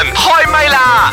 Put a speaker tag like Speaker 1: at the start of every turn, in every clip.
Speaker 1: 咪啦！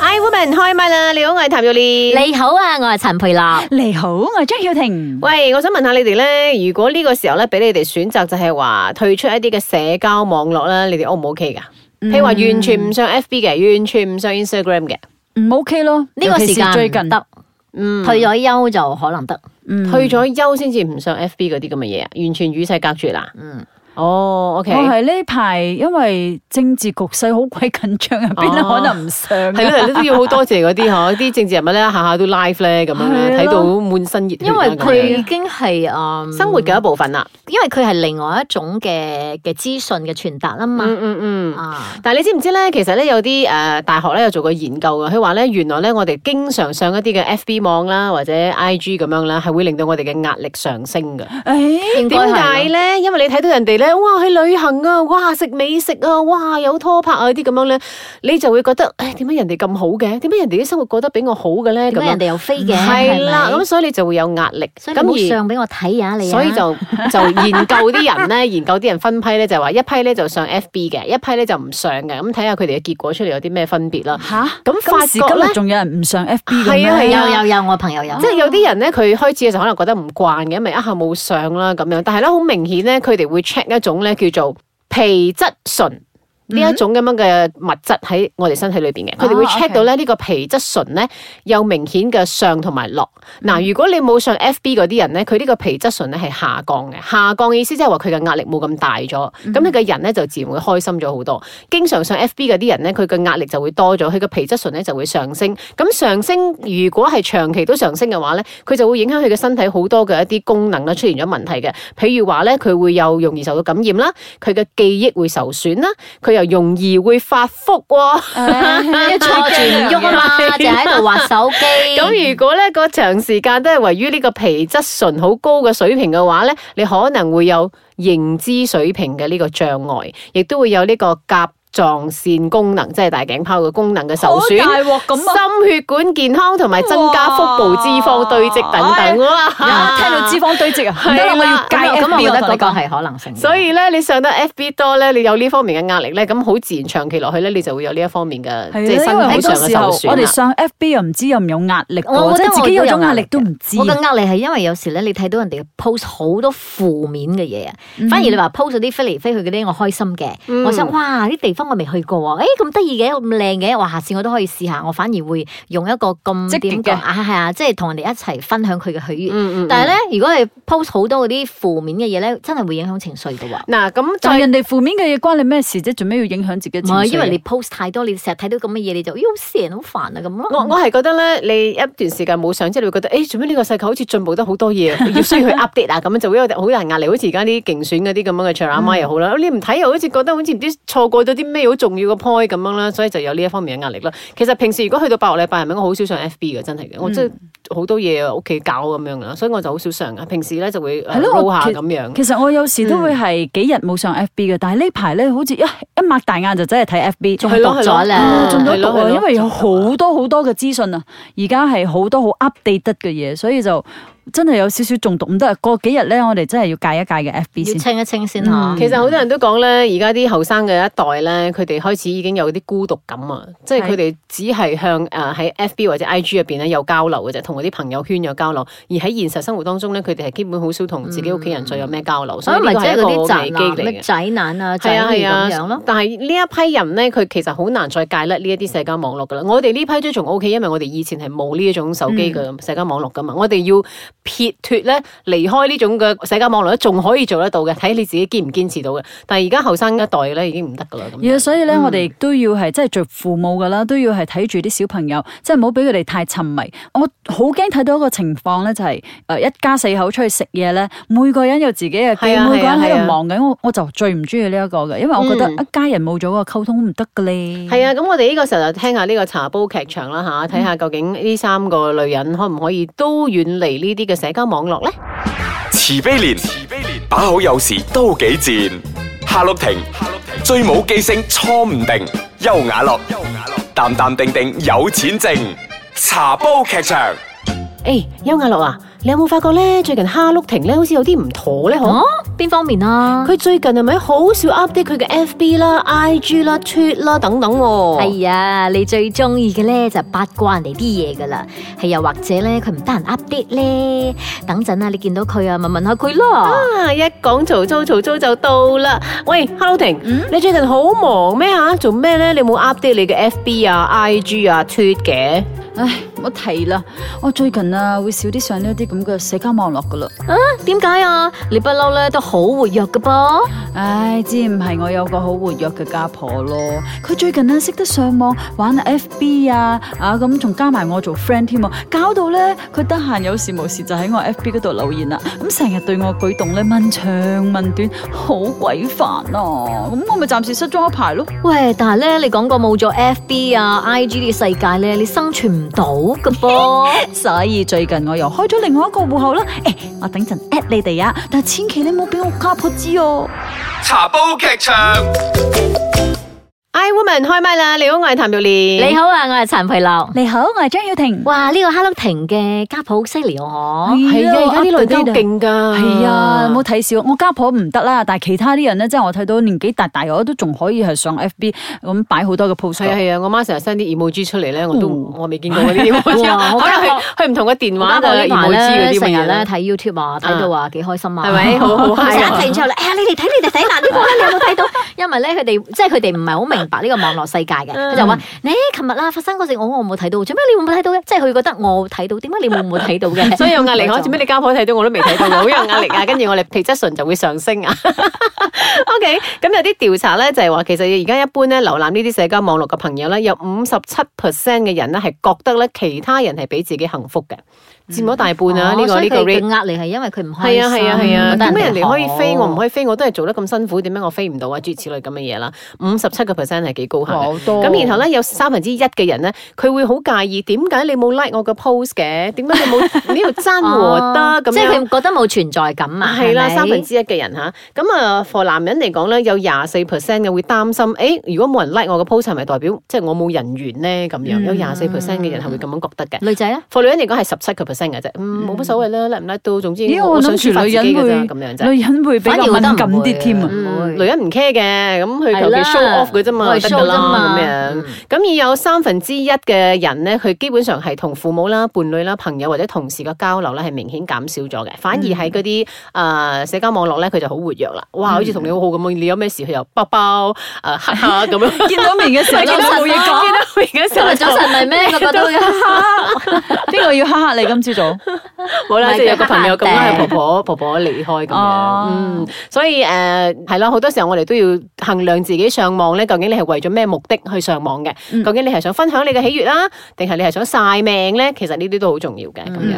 Speaker 2: I woman 開唛啦！你好，我係譚玉蓮。
Speaker 3: 你好啊，我係陳培樂。
Speaker 4: 你好，我係張曉婷。
Speaker 2: 喂，我想問下你哋咧，如果呢個時候咧，俾你哋選擇就係話退出一啲嘅社交網絡啦，你哋 O 唔 O K 噶？譬如話完全唔上 F B 嘅，完全唔上 Instagram 嘅，
Speaker 4: 唔 ừ, OK 咯，
Speaker 3: 呢個
Speaker 4: 尤其
Speaker 3: 時
Speaker 4: 是
Speaker 3: 間
Speaker 4: 最近
Speaker 3: 唔得，
Speaker 2: 嗯，
Speaker 3: 退咗休就可能得。
Speaker 4: 嗯
Speaker 2: 退咗休先至唔上 F B 嗰啲咁嘅嘢啊，完全與世隔絕啦。
Speaker 3: 嗯，
Speaker 2: 哦，OK，
Speaker 4: 我係呢排因為政治局勢好鬼緊張啊，邊
Speaker 2: 哦
Speaker 4: 可能唔上啊？
Speaker 2: 係啦，你都要好多謝嗰啲嗬，啲政治人物咧下下都 live 咧咁樣咧，
Speaker 4: 係
Speaker 2: 睇
Speaker 4: 咯
Speaker 2: 到滿身熱血啊
Speaker 3: 因為
Speaker 2: 咁樣
Speaker 3: 佢已經係嗯
Speaker 2: 生活嘅一部分啦。
Speaker 3: 因為佢係另外一種嘅嘅資訊嘅傳達啊嘛
Speaker 2: 嗯。嗯嗯。
Speaker 3: 啊，
Speaker 2: 但係你知唔知咧？其實咧有啲誒、呃大學咧有做過研究嘅，佢話咧原來咧我哋經常上一啲嘅 FB 網啦或者 IG 咁樣啦，係會令到我哋嘅壓力上升嘅。
Speaker 4: 誒，
Speaker 3: 應該
Speaker 2: 點解
Speaker 3: 係咯啊
Speaker 2: 咧？因為你睇到人哋咧，哇去旅行啊，哇食美食啊，哇有拖拍啊啲咁樣咧，你就會覺得誒點解人哋咁好嘅？點解人哋啲生活過得比我好嘅咧？
Speaker 3: 點
Speaker 2: 咁
Speaker 3: 解人
Speaker 2: 樣
Speaker 3: 哋又飛嘅？
Speaker 2: 係啦，
Speaker 3: 係咪
Speaker 2: 咁所以你就會有壓力。
Speaker 3: 所以你冇
Speaker 2: 咁而
Speaker 3: 相俾我睇下你啊。
Speaker 2: 所以 就就研究啲人咧，研究啲人分批咧，就話一批咧就上 FB 嘅，一批咧就唔上嘅，咁睇下佢哋嘅結果出嚟有啲咩分別啦。
Speaker 4: 吓
Speaker 2: 咁
Speaker 4: 今
Speaker 2: 發
Speaker 4: 時
Speaker 2: 覺
Speaker 4: 今
Speaker 2: 咧
Speaker 4: 日，仲有人唔上 FB 嘅
Speaker 2: 係
Speaker 4: 咩？
Speaker 2: 啊係啊
Speaker 3: 有有有，我朋友有
Speaker 2: 即。係有啲人咧，佢開始嘅時候可能覺得唔慣嘅，因為一下啊冇上啦咁樣，但係咧好明顯咧，佢哋會 check 一種咧叫做皮質醇。呢一種咁樣嘅物質喺我哋身體裏邊嘅，佢哋會
Speaker 4: 哦
Speaker 2: check
Speaker 4: ，OK
Speaker 2: 到咧呢個皮質醇咧有明顯嘅上同埋落。嗱，如果你冇上 FB 嗰啲人咧，佢呢個皮質醇咧係下降嘅，下降嘅意思即係話佢嘅壓力冇咁大咗，咁你嘅人咧就自然會開心咗好多。經常上 FB 嗰啲人咧，佢嘅壓力就會多咗，佢嘅皮質醇咧就會上升。咁上升如果係長期都上升嘅話咧，佢就會影響佢嘅身體好多嘅一啲功能咧出現咗問題嘅。譬如話咧，佢會有容易受到感染啦，佢嘅記憶會受損啦，佢又容易會發福喎、
Speaker 4: Ờ.
Speaker 3: 一 坐住唔喐 啊嘛，就喺度滑手機。
Speaker 4: 嗯
Speaker 2: 咁如果咧個長時間都係位於呢個皮質醇好高嘅水平嘅話咧，你可能會有認知水平嘅呢個障礙，亦都會有呢個甲狀腺功能，即係大頸泡嘅功能嘅受損。
Speaker 4: 大鑊咁啊！
Speaker 2: 心血管健康同埋增加腹部脂肪堆積等等
Speaker 4: 啊
Speaker 2: 啦，
Speaker 4: 聽到脂肪堆積啊，唔得啦，
Speaker 2: 係
Speaker 4: 我要
Speaker 2: 啦
Speaker 4: 戒
Speaker 3: 咁咁
Speaker 4: FB
Speaker 3: 我覺
Speaker 4: 啦
Speaker 3: 得
Speaker 4: 同
Speaker 3: 嗰
Speaker 4: 你
Speaker 3: 個
Speaker 4: 講。
Speaker 3: 係可能性嘅。
Speaker 2: 所以咧，你上得 FB 多咧，你有呢方面嘅壓力咧，咁好自然長期落去咧，你就會有呢一方面嘅
Speaker 4: 係啊，
Speaker 2: 即係
Speaker 4: 因為好
Speaker 2: 身體上
Speaker 4: 多
Speaker 2: 嘅
Speaker 4: 時
Speaker 2: 受
Speaker 4: 候
Speaker 2: 損啊
Speaker 4: 我哋
Speaker 2: 啦。
Speaker 4: 上 FB 又唔知有唔有壓力
Speaker 3: 我
Speaker 4: 喎，
Speaker 3: 覺
Speaker 4: 即
Speaker 3: 得
Speaker 4: 係自己
Speaker 3: 我
Speaker 4: 有
Speaker 3: 都有
Speaker 4: 咗壓
Speaker 3: 壓力
Speaker 4: 力
Speaker 3: 嘅
Speaker 4: 都唔知。
Speaker 3: 我嘅壓力係因為有時咧，你睇到人哋 post 好多負面嘅嘢啊，反而你話 post 咗啲飛嚟飛去嗰啲，我開心嘅，
Speaker 2: 嗯
Speaker 3: 我想哇啲地方我未去過啊，誒咁得意嘅，咁靚嘅，哇下次我都可以試下，我反而會用一個咁
Speaker 4: 積極
Speaker 3: 點
Speaker 4: 嘅
Speaker 3: 講啊係啊，即係同人哋一齊分享佢嘅喜悦。
Speaker 2: 嗯嗯嗯
Speaker 3: 但係咧，如果係 post 好多嗰啲負面嘅嘢咧，真係會影響情緒嘅喎。
Speaker 2: 嗱，咁
Speaker 4: 但
Speaker 2: 再
Speaker 4: 係人哋負面嘅嘢關你咩事啫？做咩要影響自己
Speaker 3: 唔
Speaker 4: 情緒啊？
Speaker 3: 係，因為你 post 太多，你成日睇到咁嘅嘢，你就咦好煩好煩啊咁咯。
Speaker 2: 我我係覺得咧，你一段時間冇上，即係你會覺得，誒做咩呢個世界好似進步得好多嘢，要需要去 update 啊，咁樣就會有好大壓力。好似而家啲競選嗰啲咁樣嘅 drama 又好啦，你唔睇又好似覺得好似唔知錯過咗啲咩好重要嘅 point 咁樣啦，所以就有呢一方面嘅壓力啦。其實平時如果去到八個禮拜，係咪我好少上 FB 嘅？真係嘅，我真係好多嘢屋企搞咁樣啦，所以我就好少上啊嘅。平時咧就會誒
Speaker 4: 係咯
Speaker 2: 撈
Speaker 4: 我
Speaker 2: 下
Speaker 4: 其
Speaker 2: 咁樣。
Speaker 4: 其實我有時都會係幾日冇上 FB 嘅，但係呢排咧好似一一擘大眼就真係睇 FB，
Speaker 3: 係咯中毒咗啦
Speaker 4: 啊中
Speaker 2: 係
Speaker 4: 咗
Speaker 2: 咯哦
Speaker 4: 毒
Speaker 2: 係
Speaker 4: 啊！
Speaker 2: 咯
Speaker 4: 因為有好多好多嘅資訊啊，而家係好多好 update 得嘅嘢，所以就真係有少少中毒。唔得啊！過幾日咧，我哋真係要戒一戒嘅 FB
Speaker 3: 要
Speaker 4: 先。
Speaker 3: 清一清先啊嚇。
Speaker 2: 其實好多人都講咧，而家啲後生嘅一代咧，佢哋開始已經有啲孤獨感啊，即係
Speaker 4: 係
Speaker 2: 佢哋只係向誒喺 FB 或者 IG 入邊咧有交流嘅啫，同嗰啲朋友圈有交流，而喺現實生活當中咧，佢哋係基本好少同自己屋企人再有咩交流，所
Speaker 3: 所
Speaker 2: 以
Speaker 3: 以啊咪
Speaker 2: 呢個
Speaker 3: 即
Speaker 2: 係
Speaker 3: 係
Speaker 2: 一個
Speaker 3: 嗰
Speaker 2: 危機
Speaker 3: 啲宅男
Speaker 2: 嚟
Speaker 3: 咩
Speaker 2: 嘅。
Speaker 3: 仔男啊、仔
Speaker 2: 係啊
Speaker 3: 女
Speaker 2: 係啊
Speaker 3: 咁樣咯，。
Speaker 2: 但係呢一批人咧，佢其實好難再戒甩呢一啲社交網絡噶啦。我哋呢批都仲 O K，因為我哋以前係冇呢一種手機嘅社交網絡噶嘛。我哋要撇脱咧，離開呢種嘅社交網絡咧，仲可以做得到嘅，睇你自己堅唔堅持到嘅。但係而家後生一代咧已經唔得噶啦咁嗯
Speaker 4: 而
Speaker 2: 樣。
Speaker 4: 所以咧，我哋都要係即係做父母噶啦，都要係睇住啲小朋友，即係唔好俾佢哋太沉迷。我好驚睇到一個情況咧，就係、呃一家四口出去食嘢咧，每個人有自己嘅機，
Speaker 2: 係啊
Speaker 4: 每個人
Speaker 2: 係啊
Speaker 4: 喺
Speaker 2: 係啊
Speaker 4: 度忙緊，我我就最唔中意呢一個嘅，因為我覺得
Speaker 2: 嗯
Speaker 4: 一家人冇咗個溝通唔得嘅咧。
Speaker 2: 係啊，咁我哋呢個時候就聽下呢個茶煲劇場啦吓，睇下究竟呢三個女人可唔可以都遠離呢啲嘅社交網絡咧？
Speaker 1: 慈悲蓮，慈悲蓮，把口有時都幾賤。夏綠庭，夏綠庭，最冇記性錯唔定。優雅樂，優雅樂，淡淡定定有錢剩。茶煲劇場，
Speaker 2: 誒，邱亞樂啊，你有冇發覺咧最近哈碌婷咧好似有啲唔妥咧？嗬？
Speaker 3: 哦，邊方面啦、
Speaker 2: 佢最近係咪好少 update 佢嘅 FB 啦、IG 啦、Tweet 啦等等喎？
Speaker 3: 哎呀，你最中意嘅咧就八卦人哋啲嘢噶啦，係又或者咧佢唔得閒 update 咧，等陣啊你見到佢啊咪問下佢咯。
Speaker 2: 啊！一講曹操，曹操就到啦。喂，Hello 婷，你最近好忙咩啊？做咩咧？你冇 update 你嘅 FB 啊、IG 啊、Tweet 嘅？
Speaker 4: 唉，我提啦，我最近啊會少啲上呢啲咁嘅社交網絡噶啦。
Speaker 3: 點解啊？你不嬲咧都好活躍噶噃。
Speaker 4: 唉，知唔係我有個好活躍嘅家婆咯，佢最近咧識得上網玩 FB 啊，啊咁仲加埋我做 friend 添啊，搞到咧佢得閒有事無事就喺我 FB 嗰度留言啦，咁成日對我舉動咧問長問短，好鬼煩啊！咁我咪暫時失蹤一排咯。
Speaker 3: 喂，但係咧你講過冇咗 FB 啊、IG 啲世界咧，你生存唔到噶噃。
Speaker 4: 所以最近我又開咗另外一個戶口啦，誒、我等陣 at 你哋啊，但係千祈你唔好俾我家婆知哦、
Speaker 1: 茶煲劇場。
Speaker 2: I woman 開麥啦！你好，我係譚玉蓮。
Speaker 3: 你好啊，我係陳培樂。
Speaker 4: 你好，我係張曉婷。
Speaker 3: 哇，呢、個 Hello 婷嘅家譜好犀利哦，
Speaker 2: 係啊，而家啲女都好勁噶。
Speaker 4: 系啊，唔好睇小我家婆唔得啦，但系其他啲人咧，即系我睇到年紀大大我都仲可以係上 FB 咁擺好多嘅 post
Speaker 2: 係啊
Speaker 4: 㗎。
Speaker 2: 係啊，我媽成日 send 啲 emoji 出嚟咧，我都
Speaker 4: 哦
Speaker 2: 我未見過嗰啲 emoji，
Speaker 3: 哇我
Speaker 2: 可能
Speaker 3: 家
Speaker 2: 係去唔同嘅電話
Speaker 3: 家
Speaker 2: 就
Speaker 3: 婆呢
Speaker 2: emoji 嗰
Speaker 3: 排咧
Speaker 2: 啲
Speaker 3: 成
Speaker 2: 乜
Speaker 3: 日
Speaker 2: 嘢
Speaker 3: 咧
Speaker 2: 啦，
Speaker 3: 睇 YouTube 啊，睇到話幾開心啊，
Speaker 2: 係咪好 好 high
Speaker 3: 成
Speaker 2: 啊
Speaker 3: 日停咗啦！哎呀，你哋睇你哋睇嗱呢個咧，你有冇睇到？因為咧佢哋即係佢哋唔係好明白呢個網絡世界嘅，
Speaker 2: 嗯
Speaker 3: 佢就話：你琴日啊發生嗰事，我我冇睇到，做咩你會唔會睇到嘅？即係佢覺得我睇到，點解你會唔會睇到 嘅？
Speaker 2: 所以有 壓力，
Speaker 3: 嗰
Speaker 2: 好
Speaker 3: 種
Speaker 2: 似咩？你家婆睇到我都未睇 到，我好有壓力啊！跟住我哋皮質醇就會上升啊。OK，咁有啲調查咧就係話，其實而家一般咧瀏覽呢啲社交網絡嘅朋友咧，有五十七 percent 嘅人咧係覺得咧其他人係比自己幸福嘅，佔咗大半啊！
Speaker 3: 哦
Speaker 2: 呢個
Speaker 3: 所
Speaker 2: 呢
Speaker 3: 以
Speaker 2: 個
Speaker 3: 佢
Speaker 2: rate
Speaker 3: 嘅壓力係因為佢唔開
Speaker 2: 係
Speaker 3: 心，
Speaker 2: 啊係啊係啊！
Speaker 3: 覺得
Speaker 2: 點解人哋可以飛，我唔
Speaker 3: 以？
Speaker 2: 可以飛？我都係做得咁辛苦，點解我飛唔到啊？諸如此類咁嘅嘢啦，五十七個 percent 係幾高下嘅。
Speaker 4: 多
Speaker 2: 咁然後咧，有三分之一嘅人咧，佢會好介意點解你冇 like 我嘅 post 嘅？點解你 冇呢度爭和
Speaker 3: 哦
Speaker 2: 得咁
Speaker 3: 即係
Speaker 2: 樣？
Speaker 3: 佢覺得冇存在感啊，
Speaker 2: 係啦，
Speaker 3: 咪
Speaker 2: 三分之一嘅人吓，咁啊，for 男人嚟講咧，有廿四 percent 嘅會擔心，誒，如果冇人 like 我嘅 post 係咪代表即係我冇人緣咧？咁樣有廿四 percent 嘅人係會咁樣覺得嘅。
Speaker 3: 女仔咧。
Speaker 2: for 女人嚟講係十七個 percent 嘅啫，嗯，冇乜所謂啦，like 唔 like 到，總之
Speaker 4: 咦，
Speaker 2: 我
Speaker 4: 我
Speaker 2: 想
Speaker 4: 諗
Speaker 2: 抒發
Speaker 4: 住
Speaker 2: 自
Speaker 4: 女
Speaker 2: 己
Speaker 4: 人
Speaker 2: 嘅
Speaker 4: 會
Speaker 2: 啫，咁樣啫。
Speaker 4: 女人會比較
Speaker 3: 反而
Speaker 4: 敏
Speaker 3: 會得唔
Speaker 4: 感啲
Speaker 3: 會
Speaker 4: 添啊
Speaker 3: 啊。
Speaker 2: 嗯
Speaker 3: 會
Speaker 2: 女人唔 care 嘅，咁佢求
Speaker 3: 係啦
Speaker 2: 其 show off 嘅啫嘛，
Speaker 3: 我係
Speaker 2: 得
Speaker 3: show
Speaker 2: 㗎
Speaker 3: 啫
Speaker 2: 啦
Speaker 3: 嘛
Speaker 2: 咁樣
Speaker 3: 嗯。
Speaker 2: 咁而有三分之一嘅人咧，佢基本上係同父母啦、伴侶啦、朋友或者同事嘅交流咧，係明顯減少咗嘅。反而喺嗰啲誒社交網絡咧，佢就好活躍啦。哇，好似同你好好咁，你有咩事佢又包包誒黑黑咁樣。
Speaker 4: 見到面嘅時候
Speaker 2: 啊 見到
Speaker 4: 都冇嘢
Speaker 2: 我見
Speaker 4: 講，
Speaker 2: 到我而家
Speaker 3: 今
Speaker 2: 成
Speaker 3: 日
Speaker 2: 日
Speaker 3: 早晨咪咩？ 個個都要
Speaker 4: 邊個要嚇嚇你今朝早？
Speaker 2: 冇啦，
Speaker 3: 唔係
Speaker 2: 即係有個
Speaker 3: 佢
Speaker 2: 朋友咁
Speaker 3: 黑
Speaker 2: 啦，
Speaker 3: 眼
Speaker 2: 係婆
Speaker 3: 鏡
Speaker 2: 婆 婆婆離開咁樣，
Speaker 4: 哦
Speaker 2: 嗯，所以誒係啦，好多時候我哋都要衡量自己上網咧，究竟你係為咗咩目的去上網嘅？
Speaker 4: 嗯
Speaker 2: 究竟你係想分享你嘅喜悅啦，定係你係想晒命咧？其實呢啲都好重要嘅咁樣。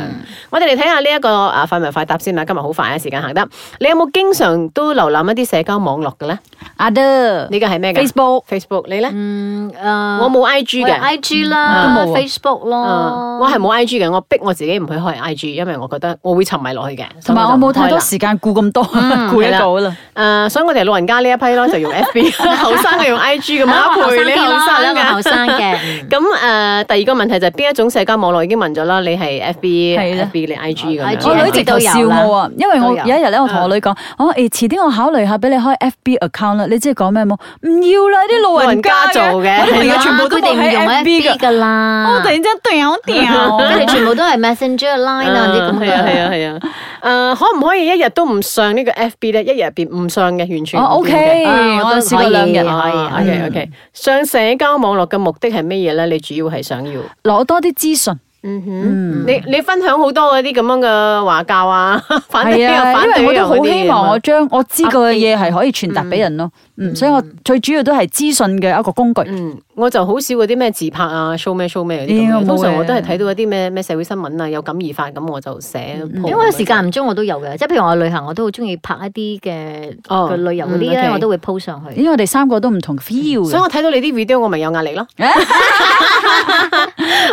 Speaker 2: 我哋嚟睇下呢一個啊快問快答先啦，今日好快啊，時間行得。你有冇經常都瀏覽一啲社交網絡嘅咧？
Speaker 4: 阿得
Speaker 2: 呢個係咩㗎
Speaker 4: Facebook
Speaker 2: Facebook 你咧？
Speaker 3: 嗯誒，
Speaker 2: 我冇 IG 嘅。
Speaker 3: I G 啦
Speaker 4: 都冇啊
Speaker 3: ，Facebook 咯，啊
Speaker 2: 嗯，我係冇 I G 嘅，我逼我自己唔去開 I G，因為我覺得我會沉迷落去嘅。
Speaker 4: 同
Speaker 2: 所
Speaker 4: 埋
Speaker 2: 以
Speaker 4: 我
Speaker 2: 就唔
Speaker 4: 冇
Speaker 2: 開
Speaker 4: 太多
Speaker 2: 啦嗯
Speaker 4: 時間顧咁多， 顧
Speaker 2: 係
Speaker 4: 一
Speaker 2: 啦
Speaker 4: 個啦。
Speaker 2: 誒、呃所以我哋老人家呢一批咯，就 用 FB，後生就用 IG 咁
Speaker 3: 啊
Speaker 2: 樣
Speaker 3: 我後
Speaker 2: 陪
Speaker 3: 生
Speaker 2: 你
Speaker 3: 啲
Speaker 2: 後
Speaker 3: 咯
Speaker 2: 生
Speaker 3: 我後
Speaker 2: 嘅。
Speaker 3: 生嘅。
Speaker 2: 咁誒、呃第二個問題就係邊一種社交網絡已經問咗啦，你係 FB、
Speaker 4: 係啦
Speaker 2: FB 你 IG 咁
Speaker 3: IG
Speaker 4: 我
Speaker 2: 樣。
Speaker 4: 女直頭笑我啊，因為我有一日
Speaker 2: 嗯
Speaker 4: 咧，我同我女講，我誒遲啲我考慮下俾你開 FB account 啦。你知係講咩冇？唔要啦，啲老人家嘅
Speaker 2: 老人家
Speaker 4: 我
Speaker 2: 做嘅啊
Speaker 4: 啲朋友全部都
Speaker 3: 啊
Speaker 4: 啊
Speaker 3: 佢哋
Speaker 4: 冇
Speaker 3: 唔
Speaker 4: 喺
Speaker 3: 用
Speaker 4: FB 㗎
Speaker 3: FB 噶啦，哦
Speaker 4: 我突然之間 掉
Speaker 3: 佢
Speaker 4: 掉。
Speaker 3: 哋全部都係 Messenger、Line 啊啲咁
Speaker 2: 係啊係
Speaker 3: 嘅。
Speaker 2: 啊係啊！誒、可唔可以一日都唔上呢個 FB 咧？一日入邊唔上嘅，完全
Speaker 4: 哦
Speaker 2: 唔掂嘅
Speaker 4: ，OK，嗯
Speaker 3: 啊我
Speaker 4: 我
Speaker 3: 都
Speaker 4: 試過兩
Speaker 3: 可以
Speaker 4: 日
Speaker 3: 啊
Speaker 2: 哦
Speaker 3: 可以
Speaker 2: ，OK OK。上社交網絡嘅目的係乜嘢咧？你主要係想要？
Speaker 4: 攞多啲資訊。
Speaker 2: 嗯哼，
Speaker 4: 嗯。
Speaker 2: 你你分享好多嗰啲咁樣嘅話教啊， 反對
Speaker 4: 係
Speaker 2: 啊，
Speaker 4: 啊，
Speaker 2: 反
Speaker 4: 因
Speaker 2: 對
Speaker 4: 為我都
Speaker 2: 又嗰
Speaker 4: 好
Speaker 2: 啲嘢
Speaker 4: 希
Speaker 2: 嘛
Speaker 4: 望我將我知嘅嘢係可以傳達俾人咯。嗯，所以我最主要都係資訊嘅一個工具。
Speaker 2: 嗯，我就好少嗰啲咩自拍啊、show 咩 show 咩嗰啲
Speaker 4: 咦
Speaker 2: 咁
Speaker 4: 我
Speaker 2: 嘅，
Speaker 4: 冇
Speaker 2: 通常我
Speaker 4: 嘅
Speaker 2: 都係睇到一啲咩咩社會新聞啊，有感而發咁我就寫
Speaker 4: 嗯
Speaker 2: po 咁
Speaker 4: 啊
Speaker 2: 樣。
Speaker 3: 嗯因為我時間唔中我都有嘅，即係譬如我旅行，我都好中意拍一啲嘅
Speaker 2: 哦
Speaker 3: 嘅旅遊嗰啲
Speaker 2: 嗯
Speaker 3: 咧，
Speaker 2: ，OK
Speaker 3: 我都會 po 上去。
Speaker 4: 因為我哋三個都唔同 feel
Speaker 2: 所以
Speaker 4: 嘅。
Speaker 2: 我睇到你啲 video，我咪有壓力咯。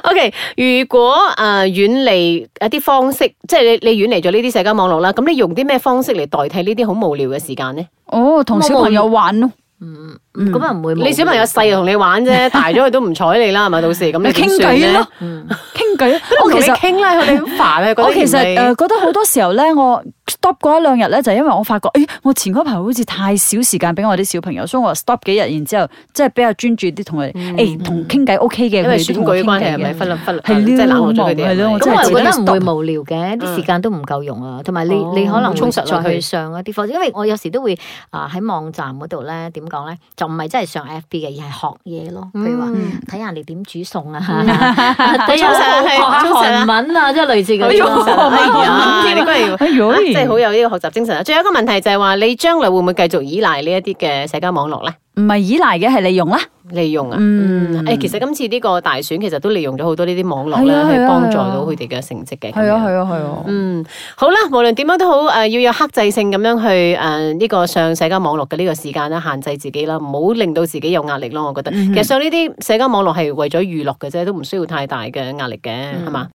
Speaker 2: OK，如果誒、呃、遠離一啲方式，即係你你遠離咗呢啲社交網絡啦，咁你用啲咩方式嚟代替呢啲好無聊嘅時間呢？
Speaker 4: 哦，同小朋友玩咯。
Speaker 3: 嗯，咁啊唔會冇嘅。
Speaker 2: 你小朋友細就同你玩 啫，大咗佢都唔睬你啦，係咪？到時咁你
Speaker 4: 咪傾
Speaker 2: 點算
Speaker 4: 偈
Speaker 2: 咧
Speaker 4: 咯？，傾偈。
Speaker 2: 我
Speaker 4: 我
Speaker 2: 其
Speaker 4: 其
Speaker 2: 實
Speaker 4: 實
Speaker 2: 傾啦，佢哋好煩啊，覺得
Speaker 4: 我其實呃
Speaker 2: 嫌
Speaker 4: 誒、
Speaker 2: 你
Speaker 4: 呃、覺得好多時候咧，我 stop 嗰一兩日咧，就因為我發覺，誒、我前嗰排好似太少時間俾我啲小朋友，所以我 stop 幾日，然之後即係比較專注啲同佢哋，誒同傾偈 OK 嘅，
Speaker 2: 嗯因為
Speaker 4: 佢哋都
Speaker 2: 選
Speaker 4: 同呃我
Speaker 2: 舉
Speaker 4: 傾
Speaker 2: 關係
Speaker 4: 偈
Speaker 2: 係咪
Speaker 4: 嘅。
Speaker 2: 忽略忽略，
Speaker 4: 係
Speaker 2: 哦即係冷落咗佢
Speaker 4: 亂忙係
Speaker 2: 哋
Speaker 4: 咯
Speaker 2: 係
Speaker 3: 咁
Speaker 4: 我真係
Speaker 2: 咪
Speaker 3: 我又
Speaker 4: 自己
Speaker 3: 覺得唔
Speaker 4: stop
Speaker 3: 會無聊嘅，啲
Speaker 2: 嗯
Speaker 3: 時間都唔夠用啊，同埋你
Speaker 2: 哦
Speaker 3: 你可能
Speaker 2: 充
Speaker 3: 會
Speaker 2: 實
Speaker 3: 再
Speaker 2: 落去
Speaker 3: 去上一啲課程，因為我有時都會啊喺網站嗰度咧點講咧，就唔係真係上 FB 嘅，而係學嘢咯，譬如話
Speaker 2: 嗯
Speaker 3: 睇下人哋點煮餸啊， 睇下
Speaker 2: 充實啊
Speaker 3: 學下
Speaker 2: 係充實啊
Speaker 3: 韓文啊，即係類似嗰
Speaker 2: 哎
Speaker 3: 啲
Speaker 2: 呀，
Speaker 3: 咯。
Speaker 2: 哎呀你真係要
Speaker 4: 哎呦
Speaker 2: 啊，真係好有呢個學習精神啊！仲有一個問題就係話，你將來會唔會繼續依賴呢一啲嘅社交網絡咧？
Speaker 4: 唔係依賴嘅，係利用啦。
Speaker 2: 利用啊，
Speaker 4: 嗯
Speaker 2: 誒，其實今次呢個大選其實都利用咗好多呢啲網絡
Speaker 4: 係啊
Speaker 2: 咧，
Speaker 4: 係
Speaker 2: 去
Speaker 4: 啊
Speaker 2: 幫助到佢哋嘅成績嘅。
Speaker 4: 係啊，係啊，係啊。
Speaker 2: 嗯，好啦，無論點樣都好，誒、呃要有克制性咁樣去呃誒呢、個上社交網絡嘅呢個時間啦，限制自己啦，唔好令到自己有壓力
Speaker 4: 嗯嗯
Speaker 2: 咯。我覺得，其實上呢啲社交網絡係為咗娛樂嘅啫，都唔需要太大嘅壓力嘅，係嘛、